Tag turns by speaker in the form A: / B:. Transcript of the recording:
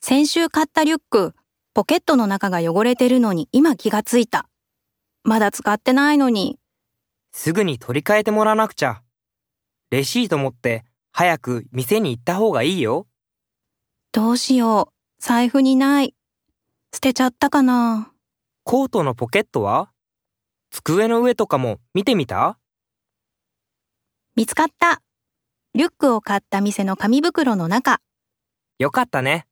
A: 先週買ったリュック、ポケットの中が汚れてるのに今気がついた。まだ使ってないのに。
B: すぐに取り替えてもらわなくちゃ。レシート持って早く店に行った方がいいよ。
A: どうしよう。財布にない。捨てちゃったかな。
B: コートのポケットは机の上とかも見てみた
A: 見つかった。リュックを買った店の紙袋の中。
B: よかったね。